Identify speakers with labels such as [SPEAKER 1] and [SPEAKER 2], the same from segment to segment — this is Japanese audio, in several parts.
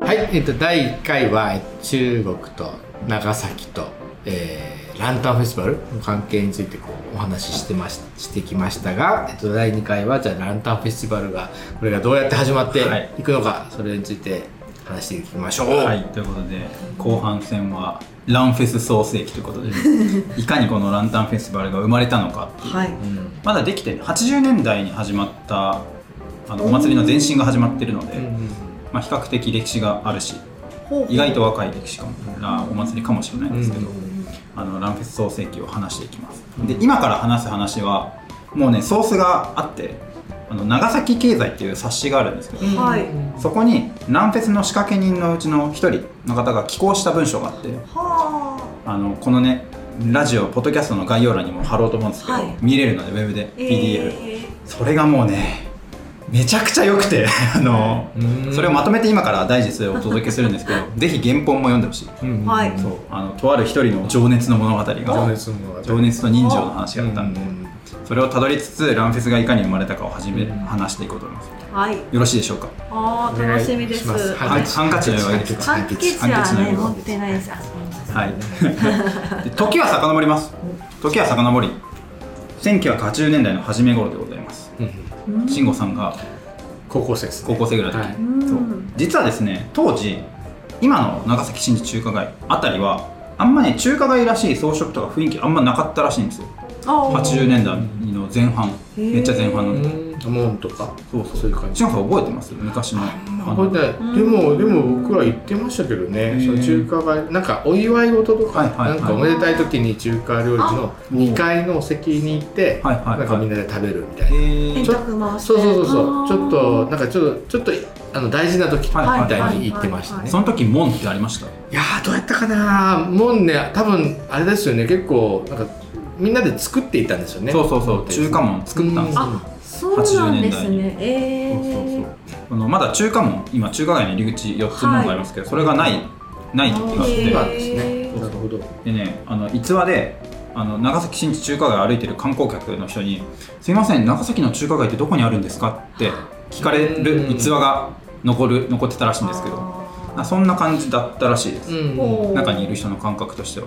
[SPEAKER 1] はい、えっと、第1回はえー中国と長崎と、えーランタンフェスティバルの関係についてこうお話ししてまししてきましたが、えっと、第2回はじゃあランタンフェスティバルがこれがどうやって始まって
[SPEAKER 2] はい
[SPEAKER 1] いくのか、それについて話していきましょう。
[SPEAKER 2] はい、ということで後半戦はランフェス創世記というこ とでいかにこのランタンフェスティバルが生まれたのかっていう、
[SPEAKER 3] はい、
[SPEAKER 1] うん
[SPEAKER 2] まだできて80年代に始まったあのお祭りの前身が始まってるので、まあ、比較的歴史があるし
[SPEAKER 3] ほう
[SPEAKER 2] 意外と若い歴史かもなお祭りかもしれないんですけど、
[SPEAKER 1] うん
[SPEAKER 2] あのランフェス創世記を話していきますで今から話す話はもうねソースがあってあの長崎経済っていう冊子があるんですけど、
[SPEAKER 3] はい
[SPEAKER 2] そこにランフェスの仕掛け人のうちの一人の方が寄稿した文章があって
[SPEAKER 3] は
[SPEAKER 2] あのこのねラジオポッドキャストの概要欄にも貼ろうと思うんですけど、
[SPEAKER 3] はい
[SPEAKER 2] 見れるのでウェブで
[SPEAKER 3] あ
[SPEAKER 2] PDF、
[SPEAKER 3] え
[SPEAKER 2] それがもうねめちゃくちゃ良くて あの、
[SPEAKER 1] うん
[SPEAKER 2] それをまとめて今からダイジェストでお届けするんですけどぜひ原本も読んでほしい、
[SPEAKER 1] うん
[SPEAKER 3] はい
[SPEAKER 1] うん
[SPEAKER 2] そうあのとある一人の情熱の物語
[SPEAKER 1] 情
[SPEAKER 2] が
[SPEAKER 1] 熱の物語
[SPEAKER 2] 情熱と人情の話があったんで、
[SPEAKER 1] うん
[SPEAKER 2] それをたどりつつランフェスがいかに生まれたかをはじめ話していこうと思います
[SPEAKER 3] ーはい
[SPEAKER 2] よろしいでしょうか
[SPEAKER 3] あー楽しみです
[SPEAKER 1] お願いします
[SPEAKER 2] ハンハンカチの色がいいです
[SPEAKER 3] 完結は
[SPEAKER 2] 完結の
[SPEAKER 3] ね
[SPEAKER 2] 色
[SPEAKER 3] 持ってないですあすみません
[SPEAKER 2] はい。で時は遡ります。時は遡り、1980年代の初め頃でございます。
[SPEAKER 1] うん
[SPEAKER 3] うん
[SPEAKER 2] 慎吾さんが
[SPEAKER 1] 高校生ですね
[SPEAKER 2] 高校生ぐらいの時、
[SPEAKER 1] はいう
[SPEAKER 2] そうん実はですね、当時、今の長崎新地中華街あたりは、あんまね、中華街らしい装飾とか雰囲気あんまなかったらしいんですよ。
[SPEAKER 3] あー
[SPEAKER 2] 80年代の前半、
[SPEAKER 3] へー
[SPEAKER 2] めっちゃ前半なんで。
[SPEAKER 1] うんモンとか
[SPEAKER 2] そうそう
[SPEAKER 1] そういう感じ
[SPEAKER 2] 慎吾さん覚えてます昔の。あの
[SPEAKER 1] 覚えてないでもでも僕は行ってましたけどね
[SPEAKER 2] へー
[SPEAKER 1] その中華街なんかお祝い事とか、
[SPEAKER 2] はいはいはい
[SPEAKER 1] なんかおめでたい時に中華料理の2階のお席に行って、
[SPEAKER 2] はいはいはい
[SPEAKER 1] なんかみんなで食べるみたいな、
[SPEAKER 2] え
[SPEAKER 3] 円
[SPEAKER 2] ー
[SPEAKER 1] ちょ
[SPEAKER 3] 卓回して
[SPEAKER 1] そうそうそうそうちょっと
[SPEAKER 3] あ
[SPEAKER 1] なんかちょっとちょっとあの大事な時み
[SPEAKER 2] はいはい
[SPEAKER 1] たいに行ってましたね、
[SPEAKER 3] はいい
[SPEAKER 2] その時、門ってありました
[SPEAKER 1] やーどうやったかなもんね多分あれですよね結構なんかみんなで作っていたんですよね
[SPEAKER 2] そうそうそう、中華門作ったんですよ
[SPEAKER 3] ーあそうなんですねえ
[SPEAKER 2] そうそうそう
[SPEAKER 3] ー
[SPEAKER 2] あのまだ中華門今中華街の入り口4つ門がありますけど、それがないない時があっ
[SPEAKER 3] へ
[SPEAKER 1] そう
[SPEAKER 2] て、
[SPEAKER 3] ー
[SPEAKER 1] なんですねなるほど
[SPEAKER 2] でねあの逸話であの長崎新地中華街を歩いてる観光客の人に「すいません長崎の中華街ってどこにあるんですか?」って聞かれる逸話が残る残ってたらしいんですけど
[SPEAKER 3] あ
[SPEAKER 2] あそんな感じだったらしいです、
[SPEAKER 1] うん
[SPEAKER 3] おー
[SPEAKER 2] 中にいる人の感覚としては。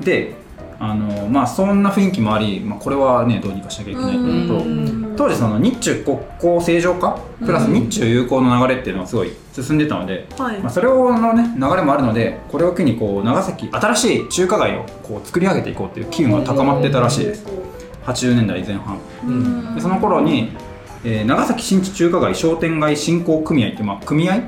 [SPEAKER 2] であのまあそんな雰囲気もあり、まあ、これはねどうにかしなきゃいけないというのと、
[SPEAKER 3] ー
[SPEAKER 2] 当時その日中国交正常化プラス日中友好の流れっていうのがすごい進んでたので、
[SPEAKER 3] はい
[SPEAKER 2] まあ、それをのね流れもあるのでこれを機にこう長崎新しい中華街をこう作り上げていこうっていう機運が高まってたらしいです80年代前半
[SPEAKER 3] うん
[SPEAKER 2] でその頃に、えー長崎新地中華街商店街振興組合っていう、まあ、組合、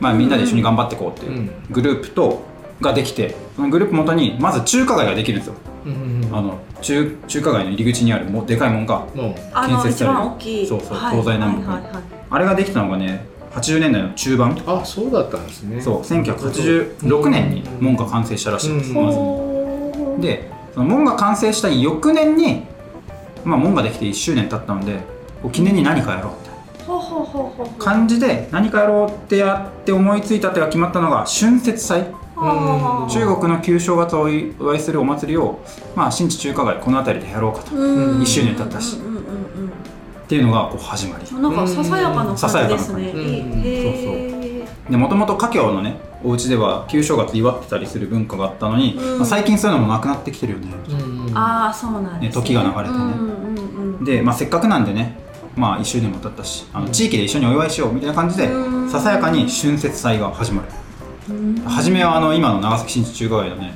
[SPEAKER 2] まあ、みんなで一緒に頑張っていこうって
[SPEAKER 1] う
[SPEAKER 2] いうんグループとができてそのグループ元にまず中華街ができるんですよ
[SPEAKER 1] うん
[SPEAKER 2] あの中中華街の入り口にあるもうでかいもんが
[SPEAKER 1] もう
[SPEAKER 3] あの
[SPEAKER 2] 建設さ
[SPEAKER 3] 一
[SPEAKER 2] れる
[SPEAKER 3] 番大きい
[SPEAKER 2] そうそう
[SPEAKER 3] はい
[SPEAKER 2] 東西南北
[SPEAKER 3] はいはいはい
[SPEAKER 2] あれができたのがね80年代の中盤
[SPEAKER 1] あそうだったんですね
[SPEAKER 2] そう1986年に門が完成したらしいです、
[SPEAKER 1] うん
[SPEAKER 2] まず
[SPEAKER 3] ほー
[SPEAKER 2] でその門が完成した翌年に、まあ、門ができて1周年経ったのでこう記念に何かやろうみたいな
[SPEAKER 3] ほうほうほうほうほう
[SPEAKER 2] 感じで何かやろうってやって思いついた手が決まったのが春節祭
[SPEAKER 3] あー
[SPEAKER 2] 中国の旧正月をお祝いするお祭りを、まあ、新地中華街この辺りでやろうかと
[SPEAKER 3] うん
[SPEAKER 2] 一周年経ったし
[SPEAKER 3] うんうんうん
[SPEAKER 2] っていうのがこう始まり
[SPEAKER 3] うんなんかささやかな
[SPEAKER 2] ささや
[SPEAKER 3] 感
[SPEAKER 2] か
[SPEAKER 3] じ
[SPEAKER 2] な
[SPEAKER 3] ですね
[SPEAKER 1] 感じ
[SPEAKER 3] いい
[SPEAKER 1] うん
[SPEAKER 3] へー
[SPEAKER 2] でもともと家境のねお家では旧正月祝ってたりする文化があったのに、
[SPEAKER 3] うん
[SPEAKER 2] まあ最近そういうのもなくなってきてるよね、
[SPEAKER 1] うん
[SPEAKER 3] ああそうなんですね
[SPEAKER 2] ね時が流れてね
[SPEAKER 3] うんうんうん
[SPEAKER 2] で、まあ、せっかくなんでね、まあ、1周年も経ったしあの地域で一緒にお祝いしようみたいな感じで
[SPEAKER 3] うん
[SPEAKER 2] ささやかに春節祭が始まる
[SPEAKER 3] うん
[SPEAKER 2] 初めはあの今の長崎新地中華街のね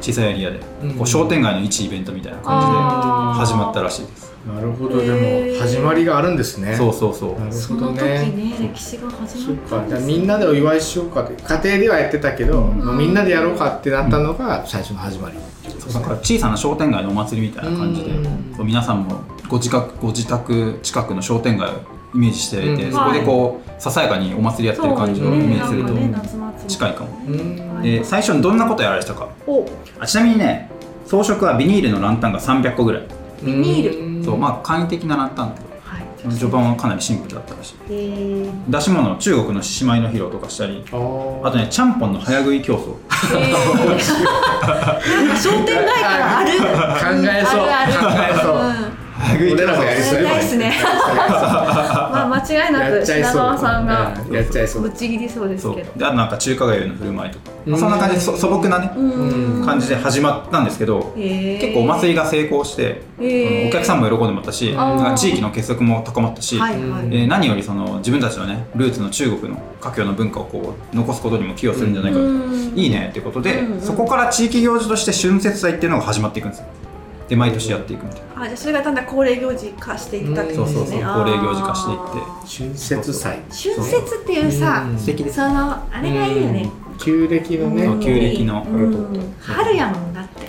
[SPEAKER 2] 小さいエリアで
[SPEAKER 1] うん
[SPEAKER 2] こう商店街の一イベントみたいな感じで
[SPEAKER 3] あー
[SPEAKER 2] 始まったらしいです
[SPEAKER 1] なるほど
[SPEAKER 3] へ
[SPEAKER 1] で
[SPEAKER 3] ー
[SPEAKER 1] も始まりがあるんですね
[SPEAKER 2] そううそうそう
[SPEAKER 1] なる
[SPEAKER 3] そ
[SPEAKER 1] ほ
[SPEAKER 3] の
[SPEAKER 1] ど
[SPEAKER 3] 時
[SPEAKER 1] ね
[SPEAKER 3] ね歴史が始
[SPEAKER 1] そっ
[SPEAKER 3] まっ
[SPEAKER 1] か
[SPEAKER 3] たん
[SPEAKER 1] じ
[SPEAKER 3] で
[SPEAKER 1] ゃあ
[SPEAKER 3] す
[SPEAKER 1] みんなでお祝いしようかって家庭ではやってたけど、
[SPEAKER 2] うん
[SPEAKER 1] まあみんなでやろうかってなったのが最初の始まり
[SPEAKER 2] そうだから小さな商店街のお祭りみたいな感じで
[SPEAKER 1] うん
[SPEAKER 2] こう皆さんもご自宅ご自宅近くの商店街をイメージしていて、
[SPEAKER 1] うん
[SPEAKER 2] そこでこうささやかにお祭りやってる感じをイメージする
[SPEAKER 3] そう
[SPEAKER 2] と
[SPEAKER 3] ねなんかね夏祭り
[SPEAKER 2] 近いかも
[SPEAKER 1] うん
[SPEAKER 3] はい
[SPEAKER 2] で最初にどんなことやられてたか
[SPEAKER 3] お
[SPEAKER 2] あちなみにね装飾はビニールのランタンが300個ぐらい、
[SPEAKER 1] ビ
[SPEAKER 3] ニ
[SPEAKER 1] ー
[SPEAKER 2] そうまあ簡易的なランタンってこと
[SPEAKER 3] はい
[SPEAKER 2] 序盤はかなりシンプルだったらしい
[SPEAKER 3] えー
[SPEAKER 2] 出し物を中国の獅子舞の披露とかしたり
[SPEAKER 1] あー
[SPEAKER 2] あとねちゃんぽんの早食い競争
[SPEAKER 3] なんか商店街からある
[SPEAKER 1] 考えそう
[SPEAKER 3] あるある
[SPEAKER 1] 考えそう
[SPEAKER 3] うん
[SPEAKER 2] 早食
[SPEAKER 1] 俺らもやりすぎ
[SPEAKER 3] ないっすねまあ間違間違いな
[SPEAKER 1] やっ
[SPEAKER 3] く
[SPEAKER 1] ちゃい
[SPEAKER 3] 品
[SPEAKER 1] そう
[SPEAKER 3] 川さんが
[SPEAKER 1] うんやっちゃいそう
[SPEAKER 3] ぶっちぎりそうです
[SPEAKER 2] そう
[SPEAKER 3] けど
[SPEAKER 2] であとなんか中華街の振る舞いとか、ま
[SPEAKER 1] うん
[SPEAKER 2] あそんな感じでそ素朴なね
[SPEAKER 1] う
[SPEAKER 2] 感じで始まったんですけど、
[SPEAKER 3] 結
[SPEAKER 2] 結構お祭りが成功して、あのお客さんも喜んでもらったし、
[SPEAKER 1] あー
[SPEAKER 2] 地域の結束も高まったし、
[SPEAKER 3] はいはい
[SPEAKER 2] えー何よりその自分たちのねルーツの中国の華僑の文化をこう残すことにも寄与するんじゃないかと、いいねっていうことで、
[SPEAKER 3] うんうん
[SPEAKER 2] そこから地域行事として春節祭っていうのが始まっていくんですよで毎年やっていくみたいな
[SPEAKER 3] あじゃあそれがだんだん恒例行事化していったってことですね、
[SPEAKER 2] うん
[SPEAKER 3] あー
[SPEAKER 2] そうそうそう恒例行事化していって
[SPEAKER 1] 春節祭
[SPEAKER 3] 春節っていうさ、
[SPEAKER 1] うん
[SPEAKER 2] 素敵です
[SPEAKER 3] そのあれがいいよね、
[SPEAKER 1] うん旧暦のね、
[SPEAKER 2] うん旧暦の
[SPEAKER 3] うん春やもんだって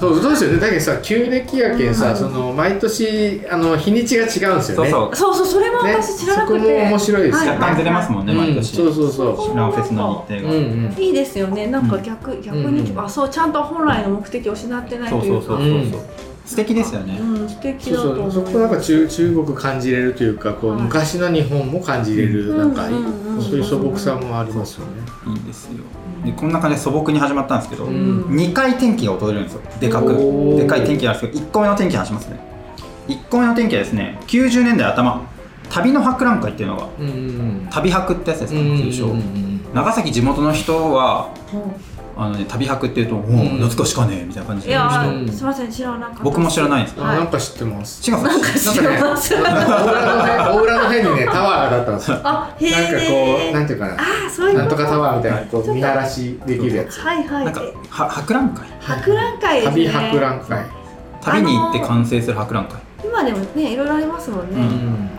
[SPEAKER 1] そうどうしようねだけどさ旧暦やけんさ、
[SPEAKER 3] うん
[SPEAKER 1] その毎年あの日にちが違うんですよ
[SPEAKER 2] そう
[SPEAKER 1] ね
[SPEAKER 2] そう
[SPEAKER 3] そうそうそれも
[SPEAKER 1] ね
[SPEAKER 3] 私知らなくて、
[SPEAKER 1] そこも面白いですよね
[SPEAKER 2] 若干ずれますもんね、
[SPEAKER 1] うん
[SPEAKER 2] 毎年
[SPEAKER 1] そうそうそ
[SPEAKER 3] そ
[SPEAKER 2] ランフェスの日
[SPEAKER 1] う
[SPEAKER 2] 程
[SPEAKER 1] うん
[SPEAKER 2] が、
[SPEAKER 1] うん
[SPEAKER 3] いいですよねなんか逆、逆に、
[SPEAKER 1] うん
[SPEAKER 3] あそうちゃんと本来の目的を失ってない
[SPEAKER 2] そ
[SPEAKER 3] と
[SPEAKER 2] う
[SPEAKER 3] い
[SPEAKER 2] そうう
[SPEAKER 3] か
[SPEAKER 2] そうそう、
[SPEAKER 1] うん
[SPEAKER 2] 素敵ですよね、
[SPEAKER 3] うん、素
[SPEAKER 1] そ
[SPEAKER 3] 敵
[SPEAKER 1] う
[SPEAKER 3] だと思
[SPEAKER 1] そううそこなんか中中国感じれるというかこう、
[SPEAKER 3] はい
[SPEAKER 1] 昔の日本も感じれる、
[SPEAKER 3] うん
[SPEAKER 1] なんかいい、
[SPEAKER 3] うんうんうん
[SPEAKER 1] そういう素朴さもありますよね。
[SPEAKER 2] いいんですよでこんな感じで素朴に始まったんですけど、
[SPEAKER 1] ん
[SPEAKER 2] 2回天気が訪れるんですよでかく
[SPEAKER 1] おー
[SPEAKER 2] でかい天気なんですけど1個目の天気話しますね1個目の天気はですね90年代頭旅の博覧会っていうのが
[SPEAKER 1] うんうん
[SPEAKER 2] 旅博ってやつです
[SPEAKER 1] うんうん
[SPEAKER 2] ね通称、長崎地元の人はあの、ね、旅博っていうと「おー
[SPEAKER 1] うん
[SPEAKER 2] 懐かしかね」みたいな感じ
[SPEAKER 3] い
[SPEAKER 2] で
[SPEAKER 3] や
[SPEAKER 2] 言う
[SPEAKER 3] ー、すみません知らなかった
[SPEAKER 2] 人僕も知らないんです
[SPEAKER 1] あ
[SPEAKER 2] よ
[SPEAKER 1] なんか知ってます。
[SPEAKER 2] 違うんですよ
[SPEAKER 3] 知ら なかった
[SPEAKER 1] 大浦の辺大浦の辺にねタワーが立ったんですよ。
[SPEAKER 3] あへえ
[SPEAKER 1] なんかこうなんていうかな
[SPEAKER 3] あーそういうこ
[SPEAKER 1] なんと
[SPEAKER 3] と
[SPEAKER 1] かタワーみたいな、
[SPEAKER 2] はい
[SPEAKER 1] こう見晴らしできるやつ。
[SPEAKER 3] はいはい
[SPEAKER 2] なんかは博覧会
[SPEAKER 3] 博覧会ですね
[SPEAKER 1] 旅博覧会。
[SPEAKER 2] 旅に行って完成する博覧会
[SPEAKER 3] 今でもねいろいろありますもんね、
[SPEAKER 2] う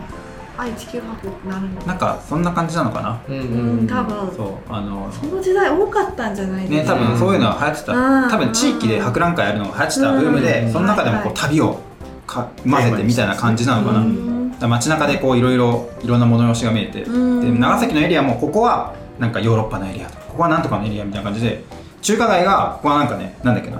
[SPEAKER 3] 愛知九博なるの
[SPEAKER 2] なんかそんな感じなのかな
[SPEAKER 1] うんう
[SPEAKER 3] うん
[SPEAKER 1] うんん
[SPEAKER 3] 多分そ
[SPEAKER 2] そうあの
[SPEAKER 3] の時代多かったんじゃない
[SPEAKER 2] ね
[SPEAKER 3] です
[SPEAKER 2] 多
[SPEAKER 3] か、
[SPEAKER 2] 分そういうのは流行ってた
[SPEAKER 3] うん
[SPEAKER 2] 多分地域で博覧会やるのが流行ってたブーム
[SPEAKER 1] う
[SPEAKER 2] で
[SPEAKER 1] ん
[SPEAKER 2] その中でもこう旅をか混ぜてみたいな感じなのかな
[SPEAKER 3] う
[SPEAKER 2] だか
[SPEAKER 3] ん
[SPEAKER 2] ら街中でこういろいろいろんな物しが見えてで
[SPEAKER 3] うん
[SPEAKER 2] 長崎のエリアもここはなんかヨーロッパのエリアとかここはなんとかのエリアみたいな感じで中華街がここはなんかねなんだっけな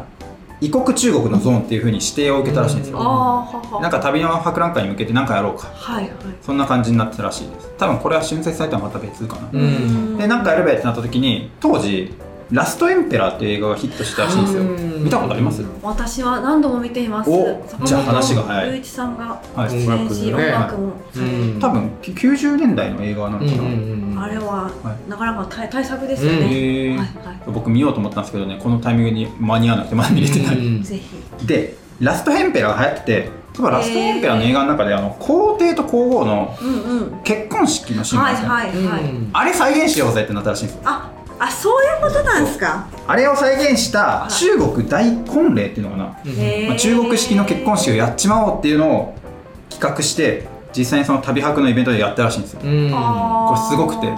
[SPEAKER 2] 異国中国のゾーンっていうふうに指定を受けたらしいんです
[SPEAKER 3] あ
[SPEAKER 2] よ
[SPEAKER 3] あはは
[SPEAKER 2] なんか旅の博覧会に向けて何かやろうか
[SPEAKER 3] はいはい
[SPEAKER 2] そんな感じになってたらしいです多分これは春節祭とはまた別かな
[SPEAKER 1] うん
[SPEAKER 2] でなんかやればやってなった時に当時「ラストエンペラー」っていう映画がヒットしたらしいんですよ
[SPEAKER 1] うん
[SPEAKER 2] 見たことあります
[SPEAKER 3] 私は何度も見ています
[SPEAKER 2] お
[SPEAKER 3] 坂本
[SPEAKER 1] じゃあ話
[SPEAKER 2] が早い
[SPEAKER 3] 龍一さんが
[SPEAKER 2] はい
[SPEAKER 1] うん
[SPEAKER 3] 出演し
[SPEAKER 1] 音
[SPEAKER 3] 音
[SPEAKER 1] 楽
[SPEAKER 3] 楽も、
[SPEAKER 1] うん
[SPEAKER 2] 多分き90年代の映画なん
[SPEAKER 1] う
[SPEAKER 2] です
[SPEAKER 1] ん
[SPEAKER 2] よ、
[SPEAKER 1] うんうん。
[SPEAKER 3] あれは、
[SPEAKER 2] は
[SPEAKER 3] なかなか大大作ですよ
[SPEAKER 1] うん
[SPEAKER 3] ね、
[SPEAKER 2] へー
[SPEAKER 3] はいは
[SPEAKER 2] 僕見ようと思ったんですけどねこのタイミングに間に合わなくてまだ見れてない、
[SPEAKER 1] うん
[SPEAKER 3] いぜひ
[SPEAKER 2] で「ラストエンペラー」が流行ってて多分ラストエンペラーの映画の中であの皇帝と皇后の
[SPEAKER 3] うんうん
[SPEAKER 2] 結婚式のシーンがあ
[SPEAKER 3] は
[SPEAKER 2] る
[SPEAKER 3] い
[SPEAKER 2] んですよ
[SPEAKER 3] はいはい、
[SPEAKER 1] うん
[SPEAKER 2] あれ再現しようぜってなったらしいんですよ
[SPEAKER 3] ああそういうことなんですか
[SPEAKER 2] あれを再現した中国大婚礼っていうのかな、
[SPEAKER 1] うん
[SPEAKER 2] まあ、中国式の結婚式をやっちまおうっていうのを企画して実際にその旅博のイベントでやったらしいんですよ
[SPEAKER 1] うん
[SPEAKER 2] これすごくて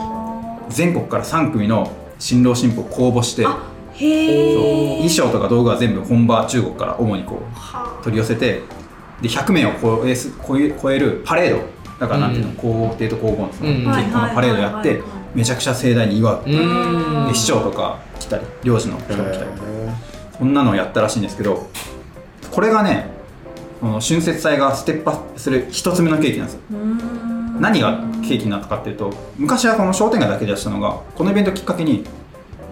[SPEAKER 2] 全国から3組の新郎新婦を公募して
[SPEAKER 3] あへえ
[SPEAKER 2] 衣装とか道具は全部本場中国から主にこう取り寄せてで100名を超えす超え超えるパレードだからなんていうの、
[SPEAKER 1] うん
[SPEAKER 2] 皇帝と皇后のその
[SPEAKER 1] うん
[SPEAKER 2] 結婚のパレードやっ
[SPEAKER 3] はい
[SPEAKER 2] て
[SPEAKER 3] はいはいはい
[SPEAKER 2] めちゃくちゃ盛大に祝う、で
[SPEAKER 1] うん
[SPEAKER 2] 市長とか来たり領事の人も来たりそんなのをやったらしいんですけどこれがねこの春節祭がステップアップする一つ目のケーキなんですよ何がケーキになったかっていうと昔はこの商店街だけでやってたのがこのイベントをきっかけに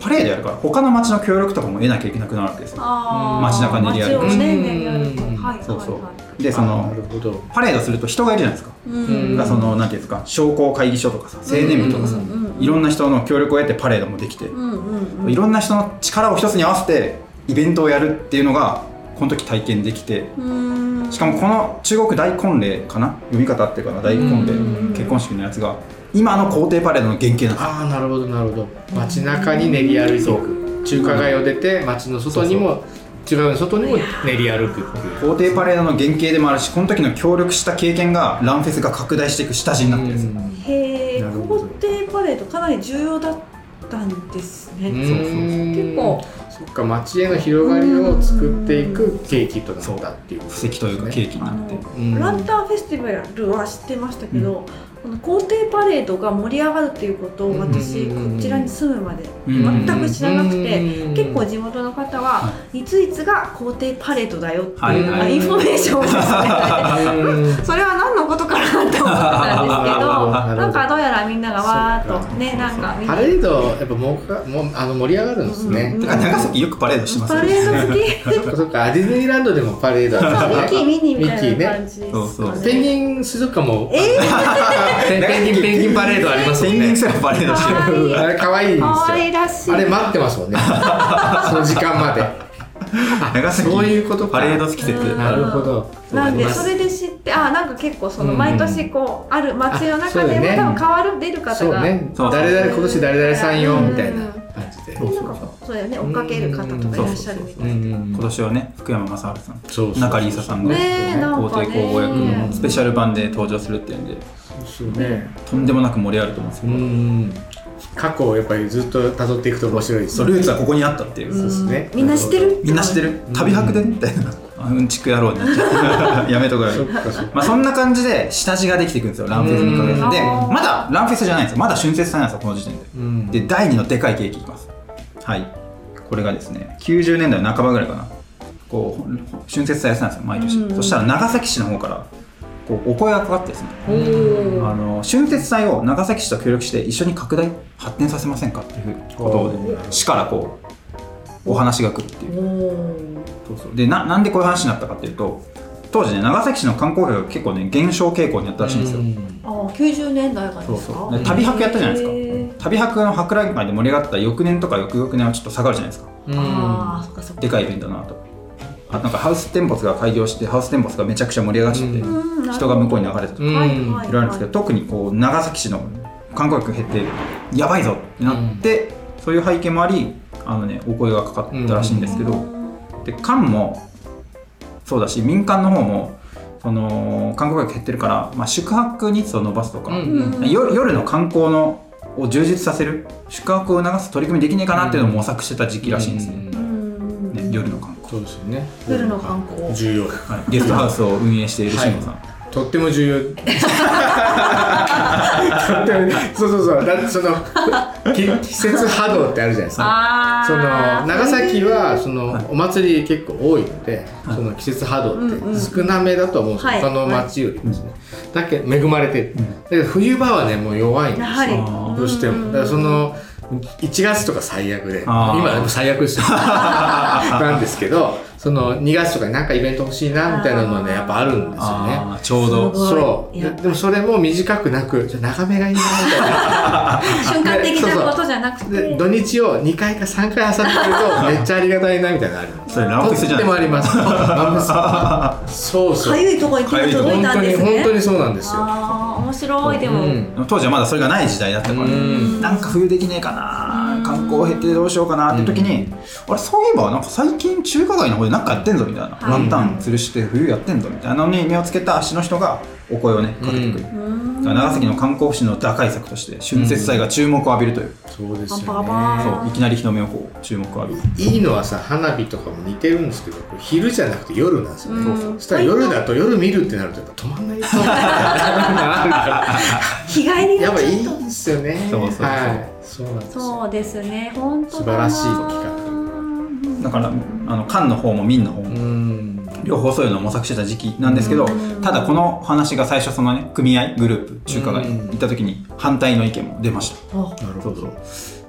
[SPEAKER 2] パレードやるから他の町の協力とかも得なきゃいけなくなるわけですよ街
[SPEAKER 3] 街
[SPEAKER 2] 中練り歩いて
[SPEAKER 3] 街をね練り歩いて
[SPEAKER 1] うん
[SPEAKER 3] はいはいはい
[SPEAKER 2] そうそうでそ
[SPEAKER 1] あな
[SPEAKER 2] の
[SPEAKER 1] るほど
[SPEAKER 2] パレードすると人がいるじゃないですか、
[SPEAKER 3] うん
[SPEAKER 2] がそのなんていうんですか商工会議所とかさ青年部とかさ、
[SPEAKER 3] うんうんうんうん
[SPEAKER 2] いろんな人の協力を得てパレードもできて、
[SPEAKER 3] うんうんうん
[SPEAKER 2] いろんな人の力を一つに合わせてイベントをやるっていうのがこの時体験できて
[SPEAKER 3] うん
[SPEAKER 2] しかもこの中国大婚礼かな読み方合ってるかな大婚礼
[SPEAKER 1] うん
[SPEAKER 2] 結婚式のやつが今の皇帝パレードの原型なんですよ
[SPEAKER 1] ああなるほどなるほど街中に練り歩いていく中華街を出て街の外にも中華街の外にも練り歩くっていう
[SPEAKER 2] 皇帝パレードの原型でもあるしこの時の協力した経験がランフェスが拡大していく下地になってるんですよ
[SPEAKER 3] へえ
[SPEAKER 1] なるほど
[SPEAKER 3] 皇帝パレードかなり重要だったんですね
[SPEAKER 1] うん
[SPEAKER 2] そうそうそう
[SPEAKER 3] 結構
[SPEAKER 1] そっか街への広がりを作っていくケーキとなったっていう
[SPEAKER 2] 布石というかケーキになって
[SPEAKER 1] うん
[SPEAKER 3] ランタンフェスティバルは知ってましたけど、この皇帝パレードが盛り上がるっていうことを私、
[SPEAKER 1] うんうんうんうん
[SPEAKER 3] こちらに住むまで
[SPEAKER 2] うん
[SPEAKER 3] 全く知らなくて、
[SPEAKER 1] うん
[SPEAKER 3] 結構地元の方
[SPEAKER 2] は
[SPEAKER 3] は、いついつが皇帝パレードだよって
[SPEAKER 2] はい
[SPEAKER 3] いう、
[SPEAKER 2] はい
[SPEAKER 3] あインフォメーションをですね
[SPEAKER 1] うん
[SPEAKER 3] それは何のことかなと思ってたんですけど
[SPEAKER 1] なるほど
[SPEAKER 3] なんかどうやらみんながわーっとね
[SPEAKER 2] そうか
[SPEAKER 3] なんかみん
[SPEAKER 1] パ
[SPEAKER 3] な
[SPEAKER 1] レードやっぱもうかもうあの盛り上がるんですね、
[SPEAKER 3] うん
[SPEAKER 2] てか長崎よくパレードしてます
[SPEAKER 3] パ
[SPEAKER 2] よ
[SPEAKER 3] レ
[SPEAKER 2] ね
[SPEAKER 3] ード
[SPEAKER 1] そ
[SPEAKER 3] 好き
[SPEAKER 1] っ かそっかディズニーランドでもパレードあ
[SPEAKER 3] そうミ
[SPEAKER 1] る
[SPEAKER 3] ッキーミニーみたいな
[SPEAKER 1] ミッ
[SPEAKER 3] 感じです
[SPEAKER 2] そう
[SPEAKER 3] か
[SPEAKER 2] そう
[SPEAKER 3] ね
[SPEAKER 1] ペンギン水族館も
[SPEAKER 3] え
[SPEAKER 1] ペンペンギンペンギンパレードあります
[SPEAKER 2] ペ
[SPEAKER 1] も
[SPEAKER 2] ン
[SPEAKER 1] ん
[SPEAKER 2] ギン
[SPEAKER 1] ね
[SPEAKER 2] すらバレードしてる
[SPEAKER 3] かわいい
[SPEAKER 1] あれ可愛いんですよ
[SPEAKER 3] 可愛らしい
[SPEAKER 1] あれ待ってますもん ねその時間まで
[SPEAKER 2] 長崎
[SPEAKER 1] そういうことか
[SPEAKER 2] パレード季節
[SPEAKER 3] うん
[SPEAKER 1] なるほど
[SPEAKER 3] なんでそ
[SPEAKER 1] で
[SPEAKER 3] れで知ってあなんか結構そ
[SPEAKER 2] うん
[SPEAKER 3] の
[SPEAKER 2] うん
[SPEAKER 3] 毎年こうある祭りの中
[SPEAKER 1] あ
[SPEAKER 3] で
[SPEAKER 1] そう
[SPEAKER 3] も
[SPEAKER 1] だよね
[SPEAKER 3] 多分変わる出る方
[SPEAKER 1] そう
[SPEAKER 3] が
[SPEAKER 1] ね
[SPEAKER 2] そう
[SPEAKER 1] 誰々今年誰々さんよみたいな
[SPEAKER 3] うん
[SPEAKER 1] 感じで
[SPEAKER 2] そう
[SPEAKER 3] なんかそうだよね追っかける方とかいらっしゃるみたいな
[SPEAKER 1] うんうん
[SPEAKER 2] 今年はね福山雅治さん
[SPEAKER 1] そうそう
[SPEAKER 2] 中里依紗さんが
[SPEAKER 3] ねえなん
[SPEAKER 2] 皇
[SPEAKER 3] か
[SPEAKER 2] 帝皇后役
[SPEAKER 3] ね
[SPEAKER 2] のスペシャル版で登場するっていうんで
[SPEAKER 1] そうね
[SPEAKER 2] とんでもなく盛り上がると思うんです
[SPEAKER 1] う
[SPEAKER 2] よ、
[SPEAKER 1] ん過去をやっぱりずっと辿っていくと面白いです
[SPEAKER 2] そうルーツはここにあったっていう、
[SPEAKER 1] そうですね
[SPEAKER 3] みんな知ってる
[SPEAKER 2] みんな知ってる
[SPEAKER 1] うん
[SPEAKER 2] 旅博でみたいなあうんちく野郎になっちゃった やめとこよ
[SPEAKER 1] そっかそっか
[SPEAKER 2] まあそんな感じで下地ができていくんですよランフェスにかけ
[SPEAKER 1] う
[SPEAKER 2] て
[SPEAKER 1] ん
[SPEAKER 2] で
[SPEAKER 3] あー
[SPEAKER 2] まだランフェスじゃないんですよまだ春節祭なんですよこの時点で
[SPEAKER 1] うん
[SPEAKER 2] で第2のでかいケーキいきますはいこれがですね90年代の半ばぐらいかなこう春節祭やってたんですよ毎年、
[SPEAKER 3] うん
[SPEAKER 2] そしたら長崎市の方からこうお声がかかってですね
[SPEAKER 3] おー
[SPEAKER 2] あの春節祭を長崎市と協力して一緒に拡大発展させませんかっていうこと
[SPEAKER 1] お
[SPEAKER 2] で
[SPEAKER 1] ー
[SPEAKER 2] 市からこうお話が来るっていう
[SPEAKER 3] お
[SPEAKER 2] そうそうでななんでこういう話になったかっていうと当時ね長崎市の観光客が結構ね減少傾向にあったらしいんですよ、
[SPEAKER 1] うん
[SPEAKER 3] ああ90年代がです
[SPEAKER 2] そう
[SPEAKER 3] か
[SPEAKER 2] そうで旅博やったじゃないですか
[SPEAKER 3] へえ
[SPEAKER 2] 旅博の博覧会で盛り上がった翌年とか翌々年はちょっと下がるじゃないですか
[SPEAKER 3] ああそっかそっか
[SPEAKER 2] でかいイベントの後あとなんかハウステンボスが開業してハウステンボスがめちゃくちゃ盛り上がっちゃって、
[SPEAKER 1] うん
[SPEAKER 3] うん
[SPEAKER 2] 人が向こうに流れたとか
[SPEAKER 1] うん
[SPEAKER 3] はいはいはい
[SPEAKER 2] いろいろあるんですけど特にこう長崎市の観光客減ってやばいぞってなって、そういう背景もありあのねお声がかかったらしいんですけど、で官もそうだし民間の方もその観光客減ってるから、まあ、宿泊日数を伸ばすとか、
[SPEAKER 1] うん
[SPEAKER 3] うん
[SPEAKER 2] 夜夜の観光のを充実させる宿泊を促す取り組みできないかなっていうのを模索してた時期らしいんですね,、
[SPEAKER 3] うん
[SPEAKER 2] ね夜の観光、
[SPEAKER 1] そうですよね
[SPEAKER 3] 夜の観光
[SPEAKER 1] 重要
[SPEAKER 2] はい、ゲストハウスを運営している慎吾さん、
[SPEAKER 1] とっても重要とってもねそうそうそうだってそのき季節波動ってあるじゃないですか
[SPEAKER 3] ああ
[SPEAKER 1] その長崎はその
[SPEAKER 2] はい
[SPEAKER 1] お祭り結構多いので、
[SPEAKER 2] はい
[SPEAKER 1] その季節波動
[SPEAKER 3] うんう
[SPEAKER 1] っ
[SPEAKER 3] ん
[SPEAKER 1] て少なめだと思うんですよ、
[SPEAKER 3] はい
[SPEAKER 1] 他の町よりもですね、だけど恵まれてる、
[SPEAKER 2] うん
[SPEAKER 1] だけど冬場はねもう弱いんです
[SPEAKER 3] や
[SPEAKER 1] よ
[SPEAKER 3] はり
[SPEAKER 2] あー
[SPEAKER 1] どうして
[SPEAKER 3] ん
[SPEAKER 1] もだからその1月とか最悪で
[SPEAKER 2] あー
[SPEAKER 1] 今でも最悪 ですよなんですけどその2月とかになんかイベント欲しいなみたいなのはねやっぱあるんですよね
[SPEAKER 2] あーちょうど
[SPEAKER 3] すごい
[SPEAKER 1] そう
[SPEAKER 3] いや
[SPEAKER 1] ででもそれも短くなくじゃあ長めがいいなみたいな
[SPEAKER 3] 瞬間的なことじゃなく
[SPEAKER 1] で
[SPEAKER 3] て
[SPEAKER 1] 土日を2回か3回 挟んでくるとめっちゃありがたいなみたいなのあるの
[SPEAKER 2] それランフェスじゃ
[SPEAKER 1] とってもあ
[SPEAKER 2] ない
[SPEAKER 1] り ますランフェスそうそう
[SPEAKER 3] かゆいとこに手が届い
[SPEAKER 1] 本
[SPEAKER 3] た
[SPEAKER 1] 当
[SPEAKER 3] ん
[SPEAKER 1] に
[SPEAKER 3] です
[SPEAKER 1] 本
[SPEAKER 3] ね
[SPEAKER 1] 当にそうなんですよ
[SPEAKER 3] ああ面白いでも、
[SPEAKER 1] うん
[SPEAKER 2] 当時はまだそれがない時代だったから、
[SPEAKER 1] う
[SPEAKER 2] ね
[SPEAKER 1] ん
[SPEAKER 2] なんか冬できねえかな
[SPEAKER 3] うん
[SPEAKER 2] 観光減ってどうしようかなって時に、あれそういえばなんか最近中華街の方でなんかやってんぞみたいな、
[SPEAKER 3] はい
[SPEAKER 2] ランタン吊るして冬やってんぞみたいなのに目をつけた足の人がお声をねかけてくる、
[SPEAKER 1] う
[SPEAKER 3] うん
[SPEAKER 2] だから長崎の観光不振の打開策として春節祭が注目を浴びるという、
[SPEAKER 1] そうです
[SPEAKER 3] パ
[SPEAKER 1] よ
[SPEAKER 3] ンパカ
[SPEAKER 2] そ
[SPEAKER 1] ね
[SPEAKER 3] パ
[SPEAKER 2] ういきなり日の目をこう注目を浴びる
[SPEAKER 1] いいのはさ花火とかも似てるんですけどこれ昼じゃなくて夜なんですよね
[SPEAKER 3] うん
[SPEAKER 1] そしたら夜だと夜見るってなるとやっぱ止まん ないよや
[SPEAKER 3] 日帰りが
[SPEAKER 1] っぱ
[SPEAKER 3] ち
[SPEAKER 1] い
[SPEAKER 3] ょっ
[SPEAKER 1] い
[SPEAKER 3] と
[SPEAKER 1] ですよね
[SPEAKER 2] そうそうそう
[SPEAKER 1] はいそうなんですよ
[SPEAKER 3] そうですね本当だな
[SPEAKER 1] 素晴らしい企画
[SPEAKER 3] うん
[SPEAKER 2] だからあの官の方も民の方も、
[SPEAKER 1] うん
[SPEAKER 2] 両方そういうのを模索してた時期なんですけど、
[SPEAKER 3] うん
[SPEAKER 2] ただこの話が最初そのね組合グループ中華街
[SPEAKER 1] うん
[SPEAKER 2] 行った時に反対の意見も出ました
[SPEAKER 3] あ
[SPEAKER 1] なるほど